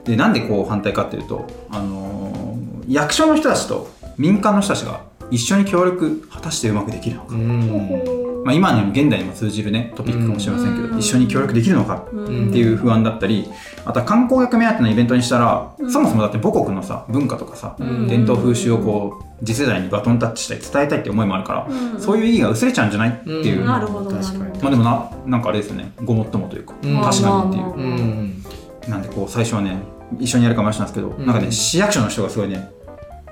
[SPEAKER 2] でなんでこう反対かっていうと、あのー役所の人たちと民間の人たちが一緒に協力果たしてうまくできるのか、
[SPEAKER 1] うん
[SPEAKER 2] まあ、今にも現代にも通じるねトピックかもしれませんけど、
[SPEAKER 3] うん
[SPEAKER 2] 一緒に協力できるのか
[SPEAKER 3] うん
[SPEAKER 2] っていう不安だったりあとは観光客目当てのイベントにしたら、そもそもだって母国のさ文化とかさ、
[SPEAKER 1] うん
[SPEAKER 2] 伝統風習をこう次世代にバトンタッチしたり伝えたいって思いもあるから、そういう意義が薄れちゃうんじゃないっていう、
[SPEAKER 1] うん
[SPEAKER 3] なるほどなる
[SPEAKER 1] 確かに
[SPEAKER 3] ほ
[SPEAKER 2] まあでもななんかあれですよねごもっともというか、
[SPEAKER 1] うん
[SPEAKER 2] 確かにっていう。
[SPEAKER 3] まあまあまあ
[SPEAKER 1] うん
[SPEAKER 2] なんでこう最初はね一緒にやるかもしれないですけど、
[SPEAKER 1] うん
[SPEAKER 2] なんかね市役所の人がすごいね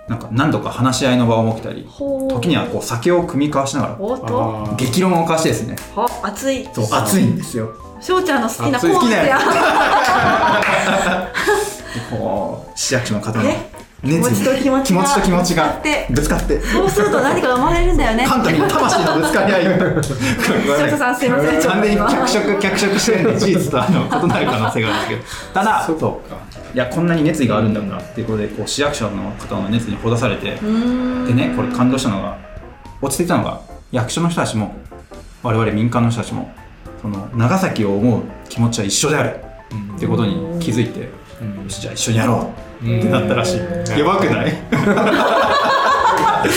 [SPEAKER 2] なんか何度か話し合いの場を設けたり
[SPEAKER 3] どほう
[SPEAKER 2] 時にはこう酒を組み交わしながら
[SPEAKER 3] おっと
[SPEAKER 1] あー
[SPEAKER 2] 激論を交わしてですね
[SPEAKER 3] あ熱い
[SPEAKER 2] そう熱いんですよ
[SPEAKER 3] しょうちゃんの好きな
[SPEAKER 1] 熱
[SPEAKER 3] コ
[SPEAKER 1] い
[SPEAKER 3] ースや
[SPEAKER 2] でこう市役所の方の
[SPEAKER 3] ね気
[SPEAKER 2] 熱
[SPEAKER 3] 持ちと気持
[SPEAKER 2] 気
[SPEAKER 3] ちが
[SPEAKER 2] 持ちと気持ち
[SPEAKER 3] ぶつか
[SPEAKER 2] が
[SPEAKER 3] って
[SPEAKER 2] ぶつかって
[SPEAKER 3] そうすると何か生まれるんだよね
[SPEAKER 2] カンタミの魂のぶつか り合いごめんな
[SPEAKER 3] しょ
[SPEAKER 2] さ
[SPEAKER 3] う
[SPEAKER 2] い
[SPEAKER 3] ちゃんさんすいません
[SPEAKER 2] 完全に
[SPEAKER 3] 今
[SPEAKER 2] 脚色脚色してるんで事実とあの異なる可能性があるんですけどただ
[SPEAKER 1] そう
[SPEAKER 2] そういやこんなに熱意があるんだからっていうことでこう市役所の方の熱意にほだされて、
[SPEAKER 3] うん
[SPEAKER 2] でねこれ感動したのが落ちていたのが役所の人たちも我々民間の人たちもその長崎を思う気持ちは一緒であるってことに気づいてよ
[SPEAKER 1] うん
[SPEAKER 2] しじゃあ一緒にやろう
[SPEAKER 1] うん
[SPEAKER 2] ってなったらしい
[SPEAKER 3] うん
[SPEAKER 2] やばくない
[SPEAKER 3] サ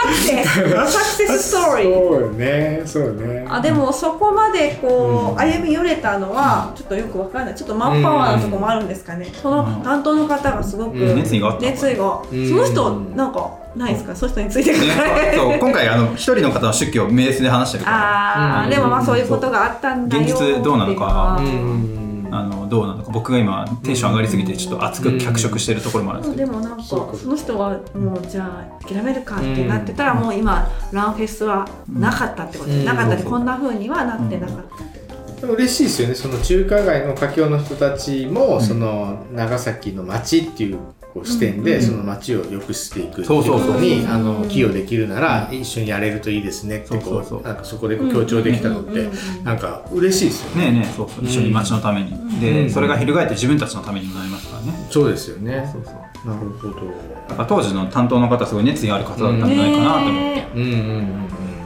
[SPEAKER 3] クセスサクセスストーリー
[SPEAKER 1] そうねそうね
[SPEAKER 3] あでもそこまでこ
[SPEAKER 1] うん
[SPEAKER 3] う歩み寄れたのはちょっとよくわかんないちょっとマンパワーなとこもあるんですかねその担当の方がすごく
[SPEAKER 1] うん
[SPEAKER 2] 熱意があったのか
[SPEAKER 3] 熱意がそ
[SPEAKER 1] うん
[SPEAKER 3] の人なんかないですかその人についてく
[SPEAKER 2] ね、
[SPEAKER 3] る
[SPEAKER 2] そう今回あの一人の方の出家を名スで話してるから
[SPEAKER 3] あ
[SPEAKER 1] う
[SPEAKER 3] あ
[SPEAKER 1] ん
[SPEAKER 3] でもまあそういうことがあったんだよ
[SPEAKER 2] 現実どうなのか
[SPEAKER 1] う
[SPEAKER 3] っていうん
[SPEAKER 2] あのどうなのか僕が今テンション上がりすぎてちょっと熱く脚色してるところもあるんですけ
[SPEAKER 3] で
[SPEAKER 2] ど、
[SPEAKER 3] もなんか
[SPEAKER 1] そうか
[SPEAKER 3] その人はもうじゃあ諦めるかってなってたらもう今ランフェスはなかったってこと
[SPEAKER 1] う
[SPEAKER 3] で
[SPEAKER 1] ん
[SPEAKER 3] なかったで
[SPEAKER 2] うん
[SPEAKER 3] こんな風にはなってなかったって
[SPEAKER 1] でも嬉しいですよねその中華街の華僑の人たちも、
[SPEAKER 2] ん
[SPEAKER 1] その長崎の町っていうこう視点
[SPEAKER 3] うん
[SPEAKER 1] で、
[SPEAKER 3] うん
[SPEAKER 1] その町を良くしていくってい
[SPEAKER 2] そううそうそう
[SPEAKER 1] ことにあ
[SPEAKER 3] う
[SPEAKER 1] の
[SPEAKER 3] ん
[SPEAKER 1] 寄与できるなら、一緒にやれるといいですねってこう
[SPEAKER 2] そうそうそう
[SPEAKER 1] なんかそこでこう強調できたのって、
[SPEAKER 3] うんうんうんうん
[SPEAKER 1] なんか嬉しいですよね
[SPEAKER 2] ねえねえそうそう一緒に町のために、
[SPEAKER 3] ん
[SPEAKER 1] う
[SPEAKER 2] で
[SPEAKER 1] ん
[SPEAKER 2] それが翻って自分たちのためにもなりますからね、
[SPEAKER 1] そうですよね
[SPEAKER 2] そうそう
[SPEAKER 1] なるほど
[SPEAKER 2] やっぱ当時の担当の方すごい熱意ある方だったんじゃないかなと思って、
[SPEAKER 1] うんうんうんう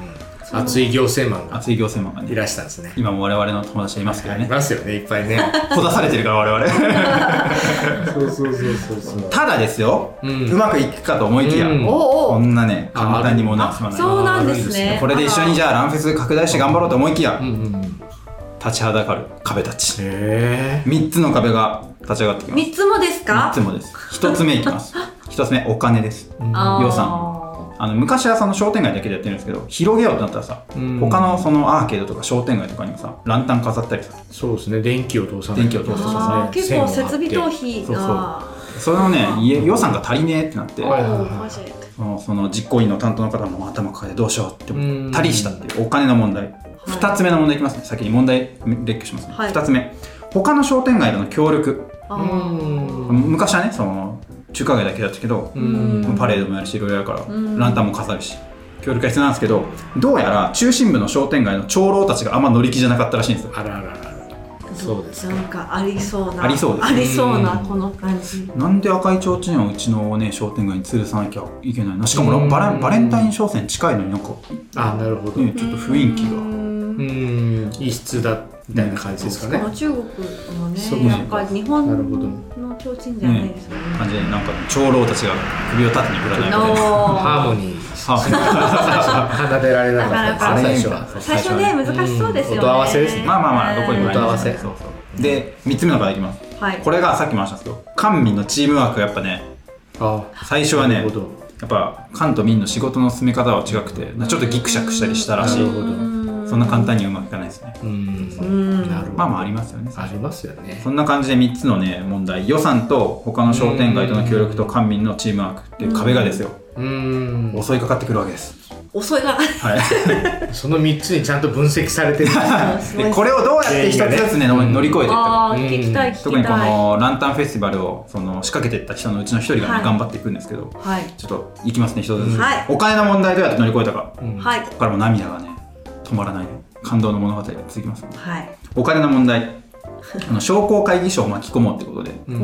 [SPEAKER 1] ん熱い行政マンが
[SPEAKER 2] 熱い行政マンが
[SPEAKER 1] い
[SPEAKER 2] ね
[SPEAKER 1] らしたんですね
[SPEAKER 2] 今も我々の友達はいますけど
[SPEAKER 1] い
[SPEAKER 2] ね
[SPEAKER 1] ますよねいっぱいね
[SPEAKER 2] こだされてるから我々
[SPEAKER 1] そうそうそうそうそう
[SPEAKER 2] ただですよ、
[SPEAKER 1] う
[SPEAKER 2] うんまくいくかと思いきや、
[SPEAKER 1] うん
[SPEAKER 3] おお
[SPEAKER 2] こ
[SPEAKER 3] お
[SPEAKER 2] んなね簡単にものは済まない
[SPEAKER 3] そうなんですね
[SPEAKER 2] これで一緒にじゃあランフェス拡大して頑張ろうと思いきや、
[SPEAKER 1] うんうんうんへ
[SPEAKER 2] 立ちはだかる壁たち
[SPEAKER 1] え
[SPEAKER 2] 3つの壁が立ち上がってきます
[SPEAKER 3] 三つもです
[SPEAKER 2] 3
[SPEAKER 3] か
[SPEAKER 2] つもです1つ目いき ます1つ目お金です
[SPEAKER 3] あー
[SPEAKER 2] 予算あの昔はその商店街だけでやってるんですけど広げようってなったらさ、
[SPEAKER 1] うん
[SPEAKER 2] 他のそのアーケードとか商店街とかにもさランタン飾ったりさ
[SPEAKER 1] そうですね電気を通さない
[SPEAKER 2] 電気を通さな
[SPEAKER 3] あー結構設備投
[SPEAKER 1] 費
[SPEAKER 3] 費
[SPEAKER 2] そう
[SPEAKER 3] が
[SPEAKER 2] それのね家予算が足りねえってなって
[SPEAKER 1] はい
[SPEAKER 3] おーマジで
[SPEAKER 2] そのその実行委員の担当の方も頭抱えてどうしようって
[SPEAKER 1] うん
[SPEAKER 2] 足りしたっていうお金の問題、2つ目の問題いきますね先に問題列挙しますね、
[SPEAKER 3] はい
[SPEAKER 2] 2つ目他の商店街との協力
[SPEAKER 3] あ
[SPEAKER 1] う
[SPEAKER 3] ー
[SPEAKER 1] ん
[SPEAKER 2] 昔はねその中華街だけだったけど、
[SPEAKER 1] うん
[SPEAKER 2] パレードもやるしいろいろやるから、
[SPEAKER 3] うん
[SPEAKER 2] ランタンも飾るし協力が必要なんですけどどうやら中心部の商店街の長老たちがあんま乗り気じゃなかったらしいんですよ
[SPEAKER 1] あらあらあらそうですか
[SPEAKER 3] なんかありそうな
[SPEAKER 2] ありそうです
[SPEAKER 3] ありそうな
[SPEAKER 1] うん
[SPEAKER 3] この感じ
[SPEAKER 2] なんで赤い提灯をうちのね商店街に吊るさなきゃいけないのしかもバレ
[SPEAKER 1] うん
[SPEAKER 2] ンバレンタイン商戦近いのになんか、
[SPEAKER 1] あなるほど
[SPEAKER 2] ね、ちょっと雰囲気が。
[SPEAKER 1] う
[SPEAKER 3] が
[SPEAKER 1] ん異質だみたいな感じですかね
[SPEAKER 3] 中国の
[SPEAKER 1] そう
[SPEAKER 3] ねなんか日本
[SPEAKER 1] なるほど
[SPEAKER 3] の提灯じゃないですよね
[SPEAKER 2] 感じでなんか長老たちが首を縦に振らないみたいな。
[SPEAKER 1] ハーモ
[SPEAKER 3] の
[SPEAKER 1] ニー
[SPEAKER 2] は
[SPEAKER 1] 奏でられなかっ
[SPEAKER 3] な
[SPEAKER 1] た
[SPEAKER 3] かなか
[SPEAKER 1] 最初は
[SPEAKER 2] そう
[SPEAKER 3] 最初ね難しそうですよ
[SPEAKER 1] う
[SPEAKER 3] ね
[SPEAKER 1] ん音合わせですね
[SPEAKER 2] いまあまあまあどこにもありますね
[SPEAKER 1] 音
[SPEAKER 2] そうそうで3つ目の場合いきます
[SPEAKER 3] はい
[SPEAKER 2] これがさっきも話したんですけど官民のチームワークがやっぱね
[SPEAKER 1] あ
[SPEAKER 2] 最初は
[SPEAKER 1] な
[SPEAKER 2] ね
[SPEAKER 1] るほど
[SPEAKER 2] やっぱ官と民の仕事の進め方は違くてちょっとギクシャクしたりしたらしい
[SPEAKER 1] なるほど
[SPEAKER 2] そんな簡単にはうまくいかないですね
[SPEAKER 1] うんなるほど
[SPEAKER 2] まあまあありますよね
[SPEAKER 1] ありますよね
[SPEAKER 2] そんな感じで3つのね問題予算と他の商店街との協力と官民のチームワークっていう壁がですよ
[SPEAKER 1] うん
[SPEAKER 2] 襲いかかってくるわけです
[SPEAKER 3] 遅いが
[SPEAKER 2] はい
[SPEAKER 1] その3つにちゃんと分析されてる
[SPEAKER 2] でこれをどうやって一つずつね
[SPEAKER 1] うん
[SPEAKER 2] 乗り越えていったか
[SPEAKER 3] あー聞きたい聞
[SPEAKER 2] 特
[SPEAKER 3] き
[SPEAKER 2] にこ
[SPEAKER 3] たい
[SPEAKER 2] のランタンフェスティバルをその仕掛けていった人のうちの一人がね、
[SPEAKER 3] はい
[SPEAKER 2] 頑張っていくんですけど
[SPEAKER 3] はい
[SPEAKER 2] ちょっといきますね一つずつ、
[SPEAKER 3] はい
[SPEAKER 2] お金の問題どうやって乗り越えたかこ
[SPEAKER 1] うん
[SPEAKER 3] はい
[SPEAKER 2] こからも涙がね止まらない感動の物語が続きます
[SPEAKER 3] はい
[SPEAKER 2] お金の問 題あの商工会議所を巻き込もうってことで
[SPEAKER 1] うん
[SPEAKER 3] お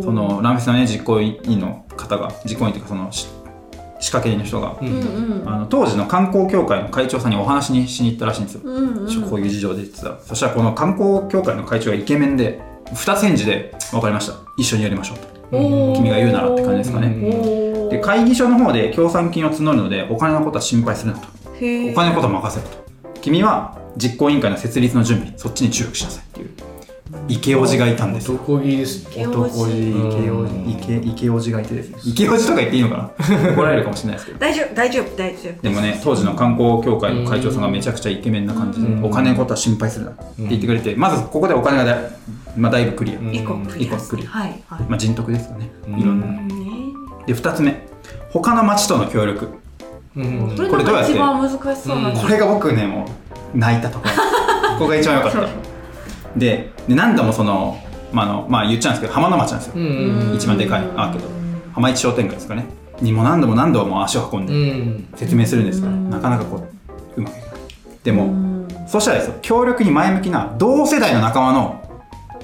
[SPEAKER 3] ー
[SPEAKER 2] そのランフェスのね実行委員の方が実行委員というかそのし仕掛け人の人が、
[SPEAKER 1] う
[SPEAKER 3] うんん
[SPEAKER 2] あの当時の観光協会の会長さんにお話にしに行ったらしいんですよ、
[SPEAKER 3] うんうんうん
[SPEAKER 2] こういう事情で言ってたそしたらこの観光協会の会長がイケメンで二返事で「分かりました一緒にやりましょう」と
[SPEAKER 1] うん
[SPEAKER 2] 「君が言うなら」って感じですかね、
[SPEAKER 3] お
[SPEAKER 2] で会議所の方で協賛金を募るのでお金のことは心配するなとお
[SPEAKER 3] 金
[SPEAKER 2] 金のことは任せると君は実行委員会の設立の準備そっちに注力しなさいっていうイケオジがいたんですよ
[SPEAKER 1] 男気ですね
[SPEAKER 2] 男
[SPEAKER 3] イ
[SPEAKER 2] イケオ
[SPEAKER 1] うん
[SPEAKER 2] ジイケイケオジがいてですねイケオジとか言っていいのかな怒られるかもしれないですけど
[SPEAKER 3] 大丈夫大丈夫大丈夫
[SPEAKER 2] でもね当時の観光協会の会長さんがめちゃくちゃイケメンな感じで、
[SPEAKER 1] うん
[SPEAKER 2] お金のことは心配するなって言ってくれて、まずここでお金がだ,、まあ、だいぶクリア、
[SPEAKER 1] うん
[SPEAKER 3] 一個クリ
[SPEAKER 2] 一個
[SPEAKER 3] ア
[SPEAKER 2] クリア
[SPEAKER 3] はいはい
[SPEAKER 2] まあ、人徳ですよね、
[SPEAKER 1] うん
[SPEAKER 2] いろん
[SPEAKER 3] う
[SPEAKER 2] なん
[SPEAKER 3] ね
[SPEAKER 2] で2つ目他の町との協力
[SPEAKER 1] うん
[SPEAKER 3] これなんか一番難しそうな
[SPEAKER 2] これが僕ねもう泣いたとこ ろここが一番良かったでで何度もその,、まああのまあ、言っちゃうんですけど浜の町なんですよ、
[SPEAKER 1] うん
[SPEAKER 2] 一番でかいアーケード浜市商店街ですかねにも何度も何度も足を運ん
[SPEAKER 1] う
[SPEAKER 2] で
[SPEAKER 1] ん
[SPEAKER 2] 説明するんですから、
[SPEAKER 3] うん
[SPEAKER 2] なかなかこううまくいかないでも、そしたらですよ協力に前向きな同世代の仲間の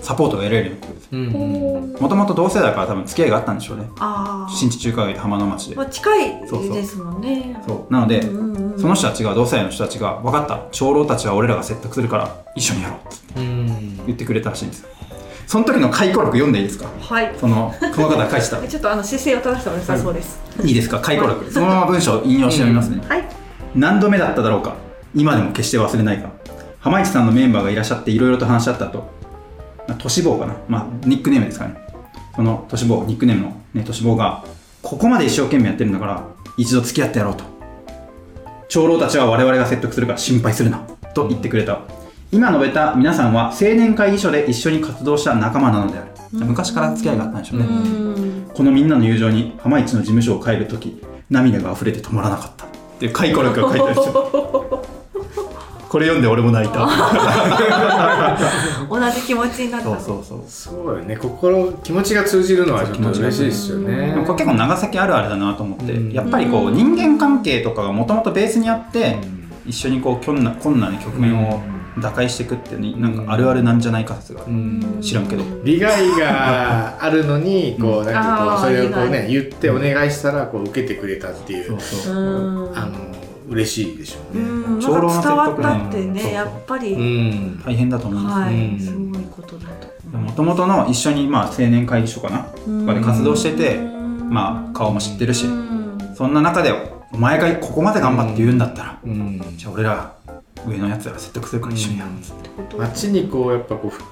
[SPEAKER 2] サポートを得られるようになってくるんです
[SPEAKER 1] うん
[SPEAKER 2] もともと同世代から多分付き合いがあったんでしょうね
[SPEAKER 3] ああ
[SPEAKER 2] 新地中華街と浜の町で
[SPEAKER 3] まあ近い
[SPEAKER 2] そうそう
[SPEAKER 3] ですもんね
[SPEAKER 2] そうなので、
[SPEAKER 3] うんうんうん
[SPEAKER 2] その人たちが同世代の人たちが分かった長老たちは俺らが説得するから一緒にやろうっ
[SPEAKER 1] う
[SPEAKER 2] て
[SPEAKER 1] ん
[SPEAKER 2] 言ってくれたらしいんですよその時の回顧録読んでいいですか
[SPEAKER 3] はい
[SPEAKER 2] その熊方返した
[SPEAKER 3] でちょっとあの姿勢を正しても良さそうです、
[SPEAKER 2] いいですか回顧録そのまま文章を引用してみますね、
[SPEAKER 3] はい
[SPEAKER 2] 何度目だっただろうか今でも決して忘れないが浜市さんのメンバーがいらっしゃっていろいろと話し合ったと都市坊かな、まあ、ニックネームですかねその都市坊ニックネームの、ね、都市坊がここまで一生懸命やってるんだから一度付き合ってやろうと長老たちは我々が説得するから心配するなと言ってくれた今述べた皆さんは青年会議所で一緒に活動した仲間なのである、
[SPEAKER 3] うん
[SPEAKER 2] 昔から付き合いがあったんでしょうね、
[SPEAKER 1] うん
[SPEAKER 3] うん
[SPEAKER 2] このみんなの友情に浜市の事務所を変える時涙が溢れて止まらなかったっていう回顧録が書いてあるんです よこれ読んで俺も泣いた
[SPEAKER 3] 同じ気持ちになった
[SPEAKER 2] そうそうそう
[SPEAKER 1] そうよね心気持ちが通じるのはちょっと嬉しいですよね
[SPEAKER 2] でもこれ結構長崎あるあるだなと思って、
[SPEAKER 1] うん
[SPEAKER 2] やっぱりこう人間関係とかがもともとベースにあって、一緒にこう困難困難な局面を打開していくっていうねなんかあるあるなんじゃないか説があ
[SPEAKER 1] う
[SPEAKER 2] る
[SPEAKER 1] ん
[SPEAKER 2] 知らんけど
[SPEAKER 1] 利害があるのにこうなんかこ
[SPEAKER 3] あ
[SPEAKER 1] う
[SPEAKER 3] ー
[SPEAKER 1] それをこう
[SPEAKER 3] 利
[SPEAKER 1] ね言ってお願いしたらこう受けてくれたっていう
[SPEAKER 2] そうう、
[SPEAKER 3] ん
[SPEAKER 1] あの嬉しいでしょう
[SPEAKER 3] う
[SPEAKER 1] ね
[SPEAKER 3] んな
[SPEAKER 2] 長老
[SPEAKER 3] ん
[SPEAKER 2] の
[SPEAKER 3] か
[SPEAKER 2] 説
[SPEAKER 3] 伝わ
[SPEAKER 2] 得
[SPEAKER 3] っ
[SPEAKER 2] な
[SPEAKER 3] た
[SPEAKER 2] の
[SPEAKER 3] って
[SPEAKER 2] そ
[SPEAKER 3] ね
[SPEAKER 2] うそう
[SPEAKER 3] やっぱり、
[SPEAKER 1] うん
[SPEAKER 2] 大変だと思うんです
[SPEAKER 3] は
[SPEAKER 1] うん
[SPEAKER 3] いすごいことだと
[SPEAKER 2] もともとの一緒にまあ青年会議所かなとかで活動してて、
[SPEAKER 3] うん
[SPEAKER 2] まあ顔も知ってるし、
[SPEAKER 3] うん
[SPEAKER 2] そんな中でお前がここまで頑張って言うんだったら、
[SPEAKER 1] うん
[SPEAKER 2] じゃあ俺ら上のやつら説得するから一緒にやるっつって、
[SPEAKER 1] 街にこうやっぱこうふ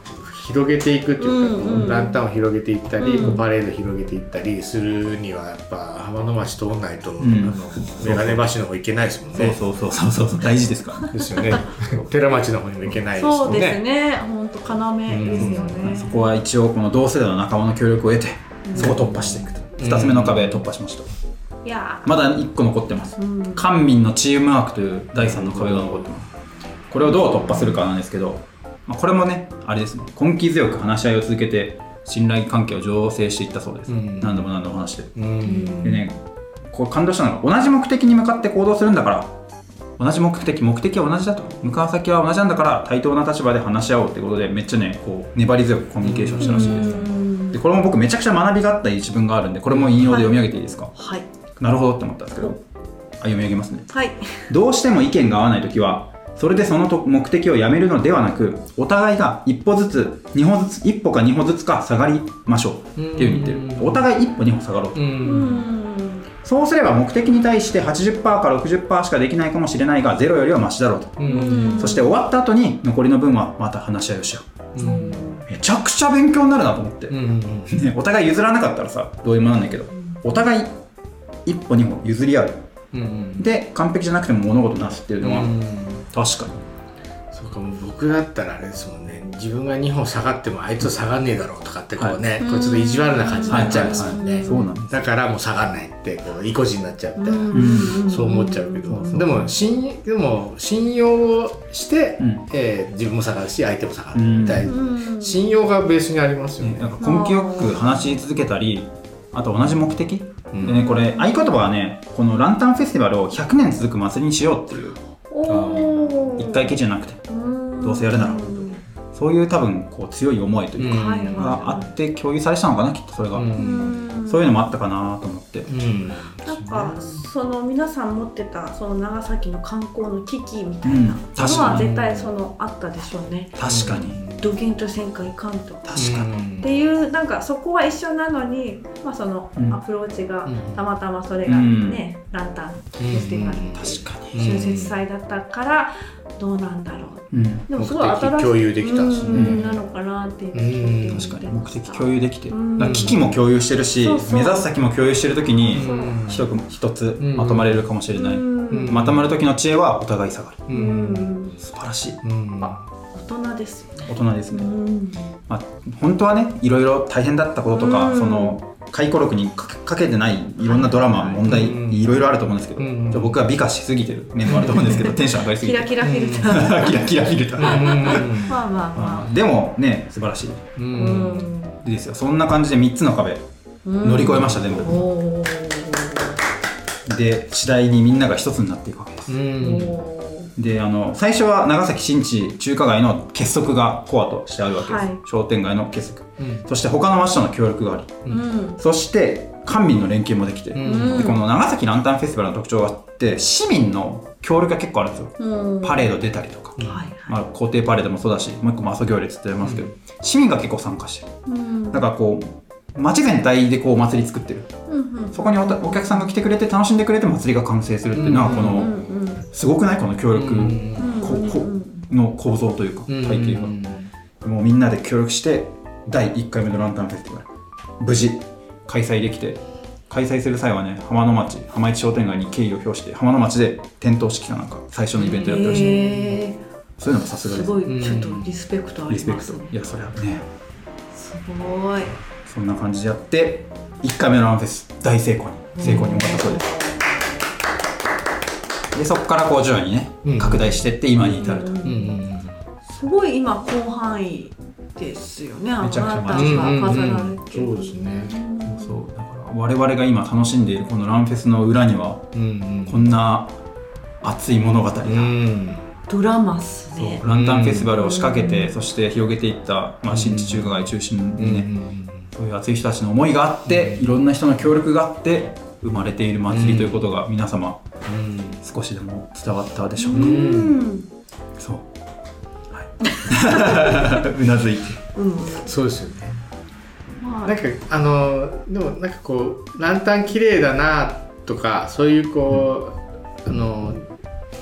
[SPEAKER 1] 広げていくっていうか、
[SPEAKER 3] うん
[SPEAKER 1] こ
[SPEAKER 3] うん
[SPEAKER 1] うランタンを広げていったり、
[SPEAKER 3] うん
[SPEAKER 1] こうパレード広げていったりするにはやっぱ浜の町通んないと、
[SPEAKER 2] ん
[SPEAKER 1] あの眼鏡橋の方行けないですもんね。
[SPEAKER 2] そうそうそうそうそう大事ですからね
[SPEAKER 1] ですよね。寺町の方にも行けないですも
[SPEAKER 3] そ
[SPEAKER 1] ん
[SPEAKER 3] う
[SPEAKER 1] ね。
[SPEAKER 3] ですね本当要ですよね、
[SPEAKER 2] そこは一応この同世代の仲間の協力を得てそこを突破していくと、
[SPEAKER 1] うん
[SPEAKER 2] 2つ目の壁突破しました
[SPEAKER 3] いや
[SPEAKER 2] まだ1個残ってます
[SPEAKER 3] ー、うん
[SPEAKER 2] 官民のチームワークという第3の壁が残ってますこれをどう突破するかなんですけど、まあ、これもねあれですね根気強く話し合いを続けて信頼関係を醸成していったそうです、
[SPEAKER 1] うん
[SPEAKER 2] 何度も何度も話して
[SPEAKER 1] うん。
[SPEAKER 2] でねこう感動したのが同じ目的に向かって行動するんだから同じ目的目的は同じだと向かう先は同じなんだから対等な立場で話し合おうってことでめっちゃねこう粘り強くコミュニケーションしたらしいです、
[SPEAKER 3] うん
[SPEAKER 2] でこれも僕めちゃくちゃ学びがあった一文があるんでこれも引用で読み上げていいですか、
[SPEAKER 3] はい
[SPEAKER 2] なるほどって思ったんですけどあ読み上げますね
[SPEAKER 3] はい
[SPEAKER 2] どうしても意見が合わない時はそれでそのと目的をやめるのではなくお互いが一歩ずつ二歩ずつ一歩か二歩ずつか下がりましょうっていうふうに言ってる
[SPEAKER 1] うん
[SPEAKER 2] お互い一歩二歩下がろう
[SPEAKER 1] う。
[SPEAKER 3] うんん
[SPEAKER 2] そうすれば目的に対して80%から60%しかできないかもしれないがゼロよりはマシだろうと、
[SPEAKER 1] うん。
[SPEAKER 2] そして終わった後に残りの分はまた話し合いをしよ
[SPEAKER 1] うん。
[SPEAKER 2] うめちゃくちゃ勉強になるなと思って、
[SPEAKER 1] うん。
[SPEAKER 2] ね、お互い譲らなかったらさどうにもなんないけどお互い一歩二歩譲り合う
[SPEAKER 1] うん。
[SPEAKER 2] で完璧じゃなくても物事なすっていうのは、確かに
[SPEAKER 1] そうかもう僕だったらあれですもんね自分が2本下がってもあいつは下がんねえだろうとかってこうね、
[SPEAKER 3] はい
[SPEAKER 1] こうちょっと意地悪な感じになっちゃうんですもんね、
[SPEAKER 3] はいはいはい
[SPEAKER 2] そうなんです
[SPEAKER 1] だからもう下がんないってこう意固地になっちゃうみたいな、
[SPEAKER 2] ん
[SPEAKER 1] そう思っちゃうけど、
[SPEAKER 2] うん
[SPEAKER 1] でも信でも信用をして、
[SPEAKER 2] うん
[SPEAKER 1] えー自分も下がるし相手も下がるみたいな、
[SPEAKER 3] うん
[SPEAKER 1] 信用がベースにありますよ
[SPEAKER 2] ね
[SPEAKER 1] ね
[SPEAKER 2] な、んか根気よく話し続けたりあと同じ目的、
[SPEAKER 1] うん
[SPEAKER 2] でねこれ合言葉はねこのランタンフェスティバルを100年続く祭りにしようっていう
[SPEAKER 3] おー
[SPEAKER 2] 一回きりじゃなくて
[SPEAKER 3] うん
[SPEAKER 2] どうせやるなら
[SPEAKER 3] うん
[SPEAKER 2] そういう多分こう強い思いというか、
[SPEAKER 3] はいはい
[SPEAKER 2] があって共有されたのかなきっとそれが、
[SPEAKER 1] うん
[SPEAKER 3] うん
[SPEAKER 2] そういうのもあったかなと思って、
[SPEAKER 1] うん
[SPEAKER 3] なんかその皆さん持ってたその長崎の観光の危機みた
[SPEAKER 2] う
[SPEAKER 3] い
[SPEAKER 2] ん
[SPEAKER 3] なの
[SPEAKER 2] 確
[SPEAKER 3] は
[SPEAKER 2] かに
[SPEAKER 3] 絶対そのあったでしょうね
[SPEAKER 2] 確かに
[SPEAKER 3] ドキンと旋回いかんと。っ
[SPEAKER 2] 確かに、
[SPEAKER 1] に、
[SPEAKER 3] ていうなんかそこは一緒なのに、まあ、その
[SPEAKER 2] うん
[SPEAKER 3] アプローチが
[SPEAKER 1] うん
[SPEAKER 3] たまたまそれが
[SPEAKER 2] うん
[SPEAKER 3] ね、ランタンフェスティバルっていう
[SPEAKER 2] 確か
[SPEAKER 1] うん
[SPEAKER 3] 春節祭だったからどうなんだろう
[SPEAKER 2] に、うん
[SPEAKER 3] でもすごい新
[SPEAKER 1] 目的
[SPEAKER 3] しい
[SPEAKER 1] 共有できたんですね
[SPEAKER 3] うんなのかなっていう
[SPEAKER 1] うん
[SPEAKER 2] 確かに目的共有できて、
[SPEAKER 3] うん
[SPEAKER 2] だから危機も共有してるし、
[SPEAKER 3] そうそう
[SPEAKER 2] 目指す先も共有してる時に
[SPEAKER 3] そう
[SPEAKER 2] 一つ一つ
[SPEAKER 1] うん
[SPEAKER 2] まとまれるかもしれない、
[SPEAKER 1] ん
[SPEAKER 2] まとまる時の知恵はお互い下がる
[SPEAKER 1] う
[SPEAKER 3] うんん
[SPEAKER 2] 素晴らしい
[SPEAKER 1] うん
[SPEAKER 3] 大人ですよね
[SPEAKER 2] 大人ですね、
[SPEAKER 3] うん
[SPEAKER 2] まあ、本当はねいろいろ大変だったこととか、
[SPEAKER 3] うん
[SPEAKER 2] その回顧録にかけかけてないいろんなドラマ問題、
[SPEAKER 1] うん
[SPEAKER 2] いろいろあると思うんですけど、
[SPEAKER 1] うん
[SPEAKER 2] ちょっと僕は美化しすぎてる面もあると思うんですけどテンション上がりすぎ
[SPEAKER 3] キ
[SPEAKER 2] て
[SPEAKER 3] ラキラフィルタ ー
[SPEAKER 2] キラキラフィルター
[SPEAKER 1] う
[SPEAKER 3] まあまあ
[SPEAKER 2] あ
[SPEAKER 3] ま
[SPEAKER 2] ーでもね素晴らしい
[SPEAKER 3] あ、
[SPEAKER 1] ん
[SPEAKER 3] うん
[SPEAKER 2] ですよそんな感じで3つの壁乗り越えました全部、
[SPEAKER 3] おー
[SPEAKER 2] で次第にみんなが一つになっていくわけです、
[SPEAKER 1] うん
[SPEAKER 3] お
[SPEAKER 2] であの最初は長崎新地中華街の結束がコアとしてあるわけです、
[SPEAKER 3] はい
[SPEAKER 2] 商店街の結束そして他の町との協力があり
[SPEAKER 1] う
[SPEAKER 3] ー
[SPEAKER 1] ん
[SPEAKER 3] うん
[SPEAKER 2] そして官民の連携もできて、
[SPEAKER 1] う
[SPEAKER 2] で
[SPEAKER 1] ん
[SPEAKER 2] この長崎ランタンフェスティバルの特徴があって市民の協力が結構あるんですよ
[SPEAKER 3] うん
[SPEAKER 2] パレード出たりとか、
[SPEAKER 3] はいはい
[SPEAKER 2] まあ、皇帝パレードもそうだしもう一個も阿蘇行列って言いますけど、市民が結構参加してる
[SPEAKER 3] うん
[SPEAKER 2] だからこう街全体でこう祭り作ってる
[SPEAKER 3] うんうん
[SPEAKER 2] そこにおたお客さんが来てくれて楽しんでくれて祭りが完成するっていうのは
[SPEAKER 1] うん
[SPEAKER 2] こ
[SPEAKER 3] うん
[SPEAKER 2] の
[SPEAKER 3] うん
[SPEAKER 2] すごくないこの協力
[SPEAKER 3] うん
[SPEAKER 2] ここ
[SPEAKER 3] うん
[SPEAKER 2] の構造というか体系がもうみんなで協力して第1回目のランタンフェスティバル無事開催できて開催する際はね浜の町浜市商店街に敬意を表して浜の町で点灯式かなんか最初のイベントやったらしい、
[SPEAKER 3] へえ
[SPEAKER 2] そういうのもさすが
[SPEAKER 3] す
[SPEAKER 2] です
[SPEAKER 3] ごいちょっとリスペクトあ
[SPEAKER 2] リ
[SPEAKER 3] り
[SPEAKER 2] スペ
[SPEAKER 3] ま
[SPEAKER 2] ク
[SPEAKER 3] す
[SPEAKER 2] ト
[SPEAKER 3] ね
[SPEAKER 2] いやそりゃね
[SPEAKER 3] すごい
[SPEAKER 2] そんな感じでやって1回目のランフェス大成功に成功に向かったそうです、でそこからこう徐々にね、
[SPEAKER 1] うん
[SPEAKER 2] 拡大してって今に至ると、
[SPEAKER 1] うんうん
[SPEAKER 3] すごい今広範囲ですよねあの
[SPEAKER 2] めちゃくちゃ
[SPEAKER 3] ランタ
[SPEAKER 1] う
[SPEAKER 3] ン
[SPEAKER 1] ん
[SPEAKER 3] が
[SPEAKER 1] うん
[SPEAKER 3] 飾
[SPEAKER 1] う
[SPEAKER 3] ら
[SPEAKER 1] ん
[SPEAKER 3] れてる
[SPEAKER 1] そうですね
[SPEAKER 2] そうだから我々が今楽しんでいるこのランフェスの裏には
[SPEAKER 1] うん
[SPEAKER 2] こんな熱い物語が、
[SPEAKER 1] うん
[SPEAKER 3] ドラマっす
[SPEAKER 2] そう
[SPEAKER 3] ね
[SPEAKER 2] ランタンフェスティバルを仕掛けて、
[SPEAKER 3] うん
[SPEAKER 2] そして広げていった、まあ、新地中華街中心
[SPEAKER 1] うん
[SPEAKER 2] にね、そういう熱い人たちの思いがあって、いろんな人の協力があって生まれている祭りということが皆様少しでも伝わったでしょうか、
[SPEAKER 1] ん
[SPEAKER 3] うん
[SPEAKER 2] そうはいうなずいて
[SPEAKER 3] うん
[SPEAKER 1] そうですよね
[SPEAKER 3] まあ
[SPEAKER 1] なんかあのでもなんかこうランタン綺麗だなとかそういうこうあの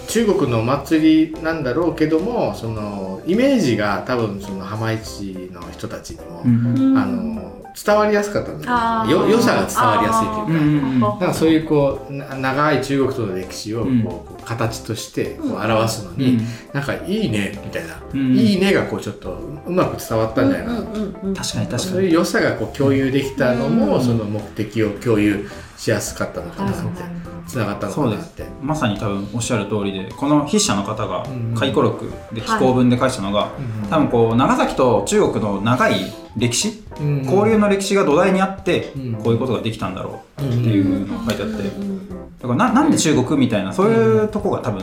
[SPEAKER 1] 中国のお祭りなんだろうけどもそのイメージが多分その浜市の人たちにも、
[SPEAKER 2] うん
[SPEAKER 3] うん
[SPEAKER 1] あの伝わりやすかったんだ
[SPEAKER 3] あー
[SPEAKER 1] よ良さが伝わりやすいというか
[SPEAKER 2] うんうんうん
[SPEAKER 1] なんかそういうこうな長い中国との歴史をこう、
[SPEAKER 2] うん
[SPEAKER 1] こう形としてこう
[SPEAKER 3] うん
[SPEAKER 1] 表すの
[SPEAKER 2] う
[SPEAKER 1] に、
[SPEAKER 2] ん
[SPEAKER 1] なんか「いいね」みたいな「
[SPEAKER 2] うん
[SPEAKER 1] いいね」がこうちょっとうまく伝わったんじゃないかな、
[SPEAKER 3] うんうんうん
[SPEAKER 2] 確かに確
[SPEAKER 1] そ
[SPEAKER 2] か
[SPEAKER 1] ういう
[SPEAKER 2] に
[SPEAKER 1] 良さがこう共有できたのも、
[SPEAKER 2] うん
[SPEAKER 1] その目的を共有しやすかったのかなってつながったのかなって。
[SPEAKER 2] まさに多分おっしゃる通りでこの筆者の方が
[SPEAKER 1] うん
[SPEAKER 2] 回顧録で紀行文で書いてたのが、多分こう長崎と中国の長い歴史、
[SPEAKER 1] うん
[SPEAKER 2] 交流の歴史が土台にあって、
[SPEAKER 1] うん
[SPEAKER 2] こういうことができたんだろうっていうのが書いてあって、だ
[SPEAKER 3] うんうんうん
[SPEAKER 2] からななんで中国みたいなそういうとこが多分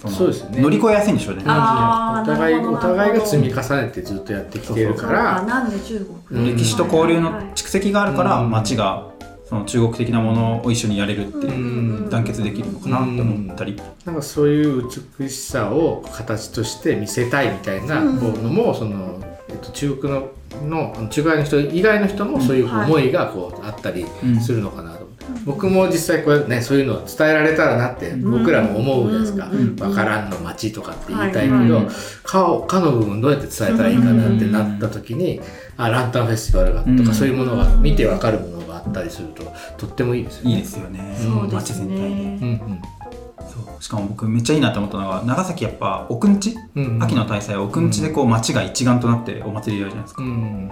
[SPEAKER 2] その
[SPEAKER 1] そうですね
[SPEAKER 2] 乗り越えやすいんでしょうね。
[SPEAKER 3] あー
[SPEAKER 1] お互い
[SPEAKER 3] なるほ
[SPEAKER 1] お
[SPEAKER 3] どなるほど
[SPEAKER 1] 互いが積み重ねてずっとやってきてる
[SPEAKER 3] そ
[SPEAKER 1] か
[SPEAKER 3] うからなんで中
[SPEAKER 1] う
[SPEAKER 3] 国
[SPEAKER 1] ん
[SPEAKER 2] 歴史と交流の
[SPEAKER 3] はいはい
[SPEAKER 2] 蓄積があるから、
[SPEAKER 1] うん
[SPEAKER 2] 町がその中国的なものを一緒にやれるっていう、
[SPEAKER 1] うん
[SPEAKER 2] 団結できるのかなって思ったり、
[SPEAKER 1] なんかそういう美しさを形として見せたいみたいな
[SPEAKER 3] うん
[SPEAKER 1] こうのも、その、えっと、中国ののあの中華の人以外の人もそういう思いがこうあったり
[SPEAKER 2] うん
[SPEAKER 1] するのかなと思って、僕も実際こう、ね、そういうのを伝えられたらなって僕らも思うじゃないですか「
[SPEAKER 3] うんうん
[SPEAKER 1] 分からんの町」とかって言いたいけど、
[SPEAKER 2] はいはい
[SPEAKER 1] かをかの部分どうやって伝えたらいいかなってなった時に、あランタンフェスティバルがと
[SPEAKER 2] うん
[SPEAKER 1] かそういうものが見て分かるものがあったりするととってもいいですよね。
[SPEAKER 2] いいですよね、
[SPEAKER 3] そうで
[SPEAKER 2] 町
[SPEAKER 3] す
[SPEAKER 2] 全体で。
[SPEAKER 1] う
[SPEAKER 3] ね
[SPEAKER 1] んうん
[SPEAKER 2] そうしかも僕めっちゃいいなと思ったのが長崎やっぱ奥んち、
[SPEAKER 1] うんうん
[SPEAKER 2] 秋の大祭は奥んちでこう町が一丸となってお祭りやるじゃないですか、
[SPEAKER 1] うん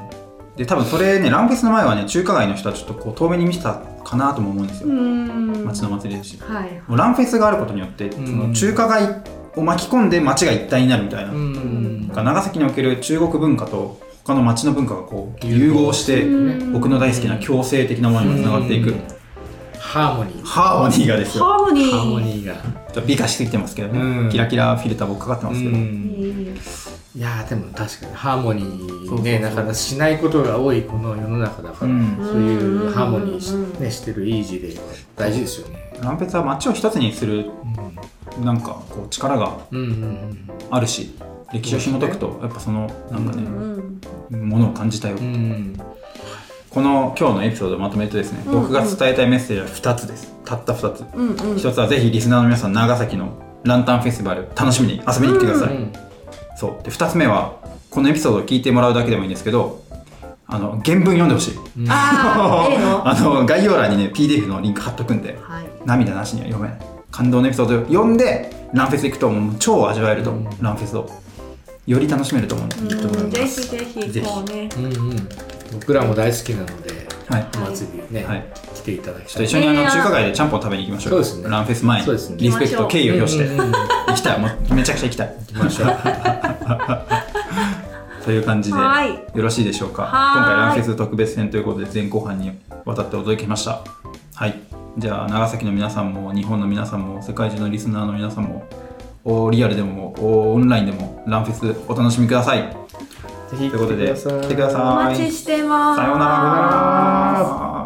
[SPEAKER 2] で多分それねランフェスの前はね中華街の人はちょっとこう遠目に見てたかなとも思うんですよ、
[SPEAKER 3] うん
[SPEAKER 2] 町の祭りですし
[SPEAKER 3] はい
[SPEAKER 2] もうランフェスがあることによって、
[SPEAKER 1] ん
[SPEAKER 2] その中華街を巻き込んで町が一体になるみたいな、
[SPEAKER 1] うん
[SPEAKER 2] なんか長崎における中国文化と他の町の文化がこう融合して、
[SPEAKER 3] うん
[SPEAKER 2] 僕の大好きな共生的なものにもつながっていく、
[SPEAKER 1] うんハーモニー。
[SPEAKER 2] ハーモニーがですよ
[SPEAKER 3] ハーモニー
[SPEAKER 1] ハーモニーが。
[SPEAKER 2] ちょっと美化してきてますけどね、
[SPEAKER 1] うん
[SPEAKER 2] キラキラフィルター僕かかってますけど、
[SPEAKER 3] いい
[SPEAKER 1] いやーでも確かにハーモニ
[SPEAKER 2] そう
[SPEAKER 1] ー
[SPEAKER 2] そうそ
[SPEAKER 1] ね
[SPEAKER 2] う
[SPEAKER 1] なかなかしないことが多いこの世の中だから、
[SPEAKER 2] うん
[SPEAKER 1] そういうハーモニーし,、
[SPEAKER 3] うんうんうん
[SPEAKER 1] ね、してるイージーで大事ですよね。
[SPEAKER 2] ランペツは街を一つにするなんかこう力が
[SPEAKER 1] うんうんうん
[SPEAKER 2] あるし歴史を紐解くとやっぱそのなんか
[SPEAKER 3] う
[SPEAKER 2] ね、
[SPEAKER 3] ん
[SPEAKER 2] ものを感じたよ、
[SPEAKER 1] うんうん
[SPEAKER 2] この今日のエピソードをまとめるとですね、
[SPEAKER 3] うん
[SPEAKER 2] 僕が伝えたいメッセージは2つですたった2つ
[SPEAKER 3] うんうん
[SPEAKER 2] 1つはぜひリスナーの皆さん長崎のランタンフェスティバル楽しみに遊びに来てください、そうで2つ目はこのエピソードを聞いてもらうだけでもいいんですけどあの原文読んでほしい、
[SPEAKER 3] あー例 の
[SPEAKER 2] あの概要欄にね PDF のリンク貼っとくんで
[SPEAKER 3] はい
[SPEAKER 2] 涙なしには読めない感動のエピソードを読んでランフェス行くともう超味わえると思う、ランフェスをより楽しめると思うのでいいと思い
[SPEAKER 3] うん
[SPEAKER 2] ま
[SPEAKER 3] ぜひ
[SPEAKER 2] す、
[SPEAKER 3] ぜ
[SPEAKER 2] ぜ
[SPEAKER 3] ひ
[SPEAKER 2] ひ
[SPEAKER 3] こうね
[SPEAKER 1] うんうん僕らも大好きなので
[SPEAKER 2] はい、
[SPEAKER 1] お祭りね、
[SPEAKER 2] はい
[SPEAKER 1] 来ていただき
[SPEAKER 2] ちょったと
[SPEAKER 1] い。
[SPEAKER 2] 一緒にあの中華街でちゃんぽん食べに行きましょうよ
[SPEAKER 1] そうですね
[SPEAKER 2] ランフェス前
[SPEAKER 1] そうですね
[SPEAKER 2] リスペクト敬意を表して
[SPEAKER 1] うんうんうん
[SPEAKER 2] 行きたいもうめちゃくちゃ行きたい
[SPEAKER 1] 行きま しょう。
[SPEAKER 2] という感じでよ
[SPEAKER 3] はい
[SPEAKER 2] ろしいでしょうか
[SPEAKER 3] はい
[SPEAKER 2] 今回ランフェス特別編ということで前後半にわたってお届けしましたはいじゃあ長崎の皆さんも日本の皆さんも世界中のリスナーの皆さんもおリアルでもおオンラインでもランフェスお楽しみください
[SPEAKER 1] ぜひ
[SPEAKER 2] ということで来てください
[SPEAKER 3] お待ちしてます
[SPEAKER 2] さようなら。